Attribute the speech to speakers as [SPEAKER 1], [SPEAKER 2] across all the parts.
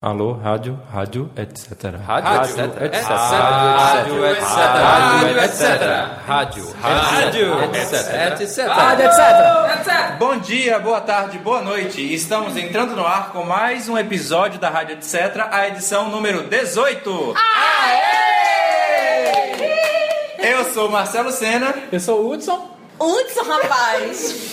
[SPEAKER 1] Alô, rádio, rádio, etc.
[SPEAKER 2] Rádio, etc.
[SPEAKER 3] Rádio, etc.
[SPEAKER 2] Rádio, etc.
[SPEAKER 3] Rádio,
[SPEAKER 2] Rádio,
[SPEAKER 3] etc. etc.
[SPEAKER 4] Rádio, etc.
[SPEAKER 2] Bom dia, boa tarde, boa noite. Estamos entrando no ar com mais um episódio da Rádio Etc, a edição número 18. Aê! Eu sou o Marcelo Senna,
[SPEAKER 4] Eu sou o Hudson.
[SPEAKER 5] Hudson, rapaz!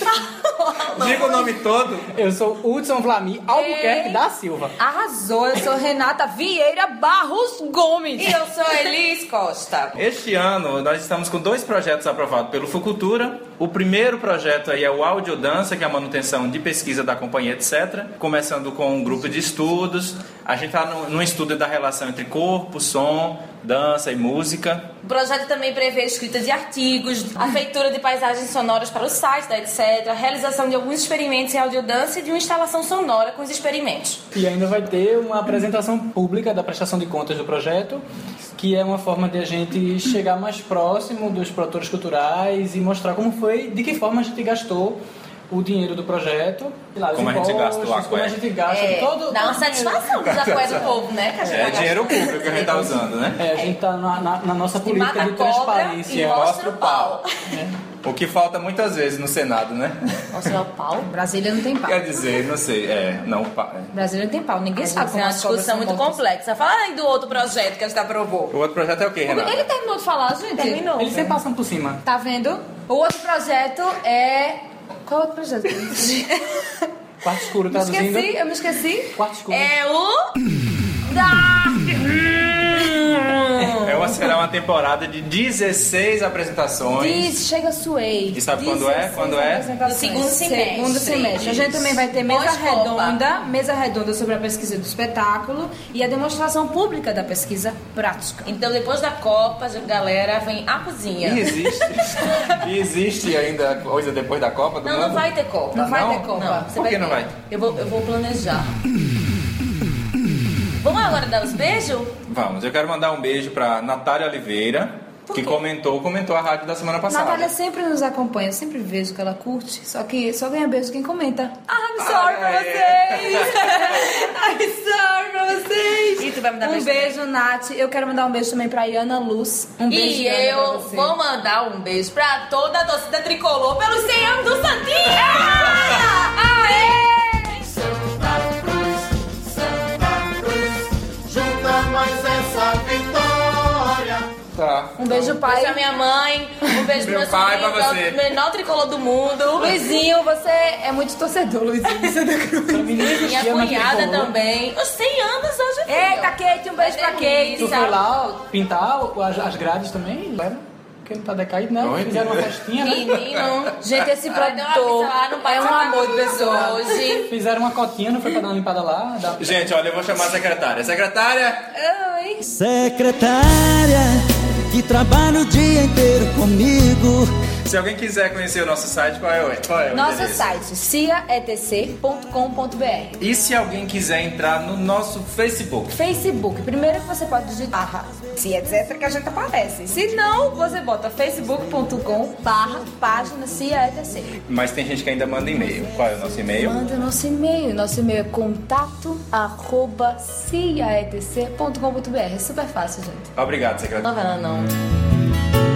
[SPEAKER 2] diga o nome todo.
[SPEAKER 4] Eu sou o Hudson Vlami Albuquerque da Silva.
[SPEAKER 5] Arrasou, eu sou Renata Vieira Barros Gomes. E eu sou Elis Costa.
[SPEAKER 2] Este ano nós estamos com dois projetos aprovados pelo Fucultura. O primeiro projeto aí é o Audiodança, que é a manutenção de pesquisa da companhia, etc. Começando com um grupo de estudos. A gente está num estudo da relação entre corpo, som, dança e música.
[SPEAKER 6] O projeto também prevê a escrita de artigos, a feitura de paisagens sonoras para o site da etc, a realização de alguns experimentos em audiodança e de uma instalação sonora com os experimentos.
[SPEAKER 4] E ainda vai ter uma apresentação pública da prestação de contas do projeto, que é uma forma de a gente chegar mais próximo dos produtores culturais e mostrar como foi, de que forma a gente gastou o dinheiro do projeto. e lá os
[SPEAKER 2] Como a gente
[SPEAKER 4] impostos,
[SPEAKER 2] gastou a
[SPEAKER 4] Como a
[SPEAKER 2] cueca.
[SPEAKER 4] gente gasta
[SPEAKER 6] É,
[SPEAKER 4] todo...
[SPEAKER 6] dá uma satisfação que já foi do povo, né? Que a gente
[SPEAKER 2] É
[SPEAKER 6] já
[SPEAKER 2] dinheiro
[SPEAKER 6] gastou.
[SPEAKER 2] público que a gente está usando, né?
[SPEAKER 4] É, a gente tá na, na- na nossa
[SPEAKER 6] E
[SPEAKER 4] política
[SPEAKER 6] mata
[SPEAKER 4] de
[SPEAKER 6] a cobra e
[SPEAKER 4] transparência.
[SPEAKER 6] mostra o pau.
[SPEAKER 2] O que falta muitas vezes no Senado, né?
[SPEAKER 6] Mostra é o pau?
[SPEAKER 5] Brasília não tem pau.
[SPEAKER 2] Quer dizer, não sei, é, não, pa- é.
[SPEAKER 5] Brasília não tem pau. Ninguém sabe
[SPEAKER 6] Isso
[SPEAKER 5] como
[SPEAKER 6] é uma
[SPEAKER 5] as cobras
[SPEAKER 6] discussão
[SPEAKER 5] são
[SPEAKER 6] muito
[SPEAKER 5] mortas.
[SPEAKER 6] complexa. Fala aí do outro projeto que a gente aprovou.
[SPEAKER 2] O outro projeto é o quê, Renata?
[SPEAKER 5] Ele terminou de falar, gente?
[SPEAKER 6] Terminou.
[SPEAKER 4] Eles sempre passam por cima.
[SPEAKER 5] Tá vendo? O outro projeto é... Qual outro projeto?
[SPEAKER 2] Tá
[SPEAKER 4] Quarto escuro
[SPEAKER 5] me
[SPEAKER 4] traduzindo.
[SPEAKER 5] esqueci, eu me esqueci.
[SPEAKER 4] Quarto escuro.
[SPEAKER 6] É o... Da...
[SPEAKER 2] É uma, será uma temporada de 16 apresentações.
[SPEAKER 5] Diz, chega suei.
[SPEAKER 2] E sabe quando é? Quando é?
[SPEAKER 6] No segundo semestre.
[SPEAKER 5] Segundo semestre. A gente também vai ter mesa
[SPEAKER 6] Pós-Copa.
[SPEAKER 5] redonda, mesa redonda sobre a pesquisa do espetáculo e a demonstração pública da pesquisa prática.
[SPEAKER 6] Então, depois da Copa, a galera vem à cozinha.
[SPEAKER 2] E existe. e existe ainda coisa depois da Copa do
[SPEAKER 6] Não,
[SPEAKER 2] Mundo?
[SPEAKER 6] não vai ter Copa.
[SPEAKER 5] Não vai
[SPEAKER 2] Não?
[SPEAKER 5] ter Copa.
[SPEAKER 6] Não.
[SPEAKER 5] Você
[SPEAKER 2] Por que não
[SPEAKER 5] ver.
[SPEAKER 2] vai?
[SPEAKER 6] Eu vou, eu vou planejar. Vamos agora dar os beijos?
[SPEAKER 2] Vamos, eu quero mandar um beijo pra Natália Oliveira, que comentou, comentou a rádio da semana passada.
[SPEAKER 5] Natália sempre nos acompanha, eu sempre vejo que ela curte, só que só ganha beijo quem comenta. Ah, I'm sorry pra vocês! I'm sorry pra vocês!
[SPEAKER 6] E tu vai me dar
[SPEAKER 5] um
[SPEAKER 6] beijo
[SPEAKER 5] beijo, Nath. Eu quero mandar um beijo também pra Iana Luz. Um
[SPEAKER 6] e
[SPEAKER 5] beijo, Iana, pra
[SPEAKER 6] eu
[SPEAKER 5] você.
[SPEAKER 6] vou mandar um beijo pra toda a torcida tricolor pelos 100 anos do Santinho!
[SPEAKER 7] Santa Cruz, Santa Cruz, junta mais essa vitória.
[SPEAKER 2] Tá.
[SPEAKER 5] Um beijo,
[SPEAKER 6] Beijo
[SPEAKER 5] pai.
[SPEAKER 6] pra é minha mãe, um beijo pro
[SPEAKER 2] Meu
[SPEAKER 6] meus
[SPEAKER 2] pai,
[SPEAKER 6] filhos,
[SPEAKER 2] pra
[SPEAKER 6] é o
[SPEAKER 2] você.
[SPEAKER 6] menor tricolor do mundo.
[SPEAKER 5] Luizinho, você é muito torcedor, Luizinho tá- de Santa
[SPEAKER 6] Então,
[SPEAKER 5] Cruz.
[SPEAKER 6] Minha cunhada também. Os 100 anos hoje. filho.
[SPEAKER 5] Eita, Kate, um beijo pra Kate.
[SPEAKER 4] Tu foi lá pintar o- as, as grades também? Lembra? Porque não tá decaído, não.
[SPEAKER 2] Oi?
[SPEAKER 4] Fizeram uma festinha, né?
[SPEAKER 6] Menino.
[SPEAKER 5] Gente, esse
[SPEAKER 6] Vai dar uma
[SPEAKER 5] produtor
[SPEAKER 6] pincelada, não pode
[SPEAKER 5] é um
[SPEAKER 6] sacar
[SPEAKER 5] amor de
[SPEAKER 6] tudo
[SPEAKER 5] pessoa.
[SPEAKER 6] Hoje.
[SPEAKER 4] Fizeram uma cotinha, não foi pra dar uma limpada lá? Da...
[SPEAKER 2] Gente, olha, eu vou chamar a secretária. Secretária!
[SPEAKER 5] Oi.
[SPEAKER 8] Secretária que trabalha o dia inteiro comigo.
[SPEAKER 2] Se alguém quiser conhecer o nosso site, qual é o, qual é o
[SPEAKER 5] Nosso
[SPEAKER 2] endereço?
[SPEAKER 5] site, ciaetc.com.br.
[SPEAKER 2] E se alguém quiser entrar no nosso Facebook?
[SPEAKER 5] Facebook, primeiro que você pode digitar barra, se etc, que a gente aparece. Se não, você bota facebook.com barra página ciaetc.
[SPEAKER 2] Mas tem gente que ainda manda e-mail. Qual é o nosso e-mail?
[SPEAKER 5] Manda nosso e-mail, nosso e-mail é contato arroba ciaetc.com.br. É super fácil, gente.
[SPEAKER 2] Obrigado, secretária.
[SPEAKER 6] Não vai lá, não.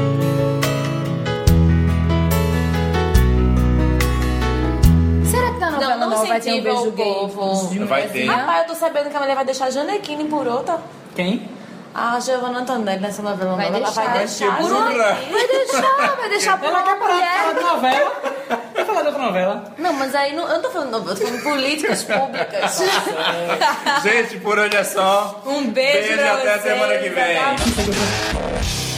[SPEAKER 5] Será que na novela
[SPEAKER 6] Não, não
[SPEAKER 5] nova vai ter um
[SPEAKER 6] incentiva
[SPEAKER 5] beijo
[SPEAKER 6] o
[SPEAKER 5] gay?
[SPEAKER 6] povo.
[SPEAKER 5] De
[SPEAKER 2] Vai
[SPEAKER 5] mulherzinha?
[SPEAKER 2] ter.
[SPEAKER 6] Rapaz, eu tô sabendo que a mulher vai deixar a Janequine por outra.
[SPEAKER 4] Quem?
[SPEAKER 6] Ah, Giovanna Antonelli nessa novela
[SPEAKER 5] Vai
[SPEAKER 6] nova. Ela
[SPEAKER 5] deixar.
[SPEAKER 6] vai deixar.
[SPEAKER 2] Vai ser
[SPEAKER 6] a
[SPEAKER 2] por outra.
[SPEAKER 6] Janequine.
[SPEAKER 5] Vai deixar, vai deixar por é.
[SPEAKER 4] Ela
[SPEAKER 5] uma
[SPEAKER 6] É
[SPEAKER 4] quer parar de falar
[SPEAKER 5] mulher.
[SPEAKER 4] de novela. Quer falar de outra novela?
[SPEAKER 6] Não, mas aí não, eu não tô falando novela, eu tô falando políticas públicas.
[SPEAKER 2] Gente, por hoje é só.
[SPEAKER 6] um beijo,
[SPEAKER 2] Beijo
[SPEAKER 6] pra
[SPEAKER 2] até
[SPEAKER 6] vocês,
[SPEAKER 2] semana que vem.
[SPEAKER 6] até a
[SPEAKER 4] Não sei o que eu tô-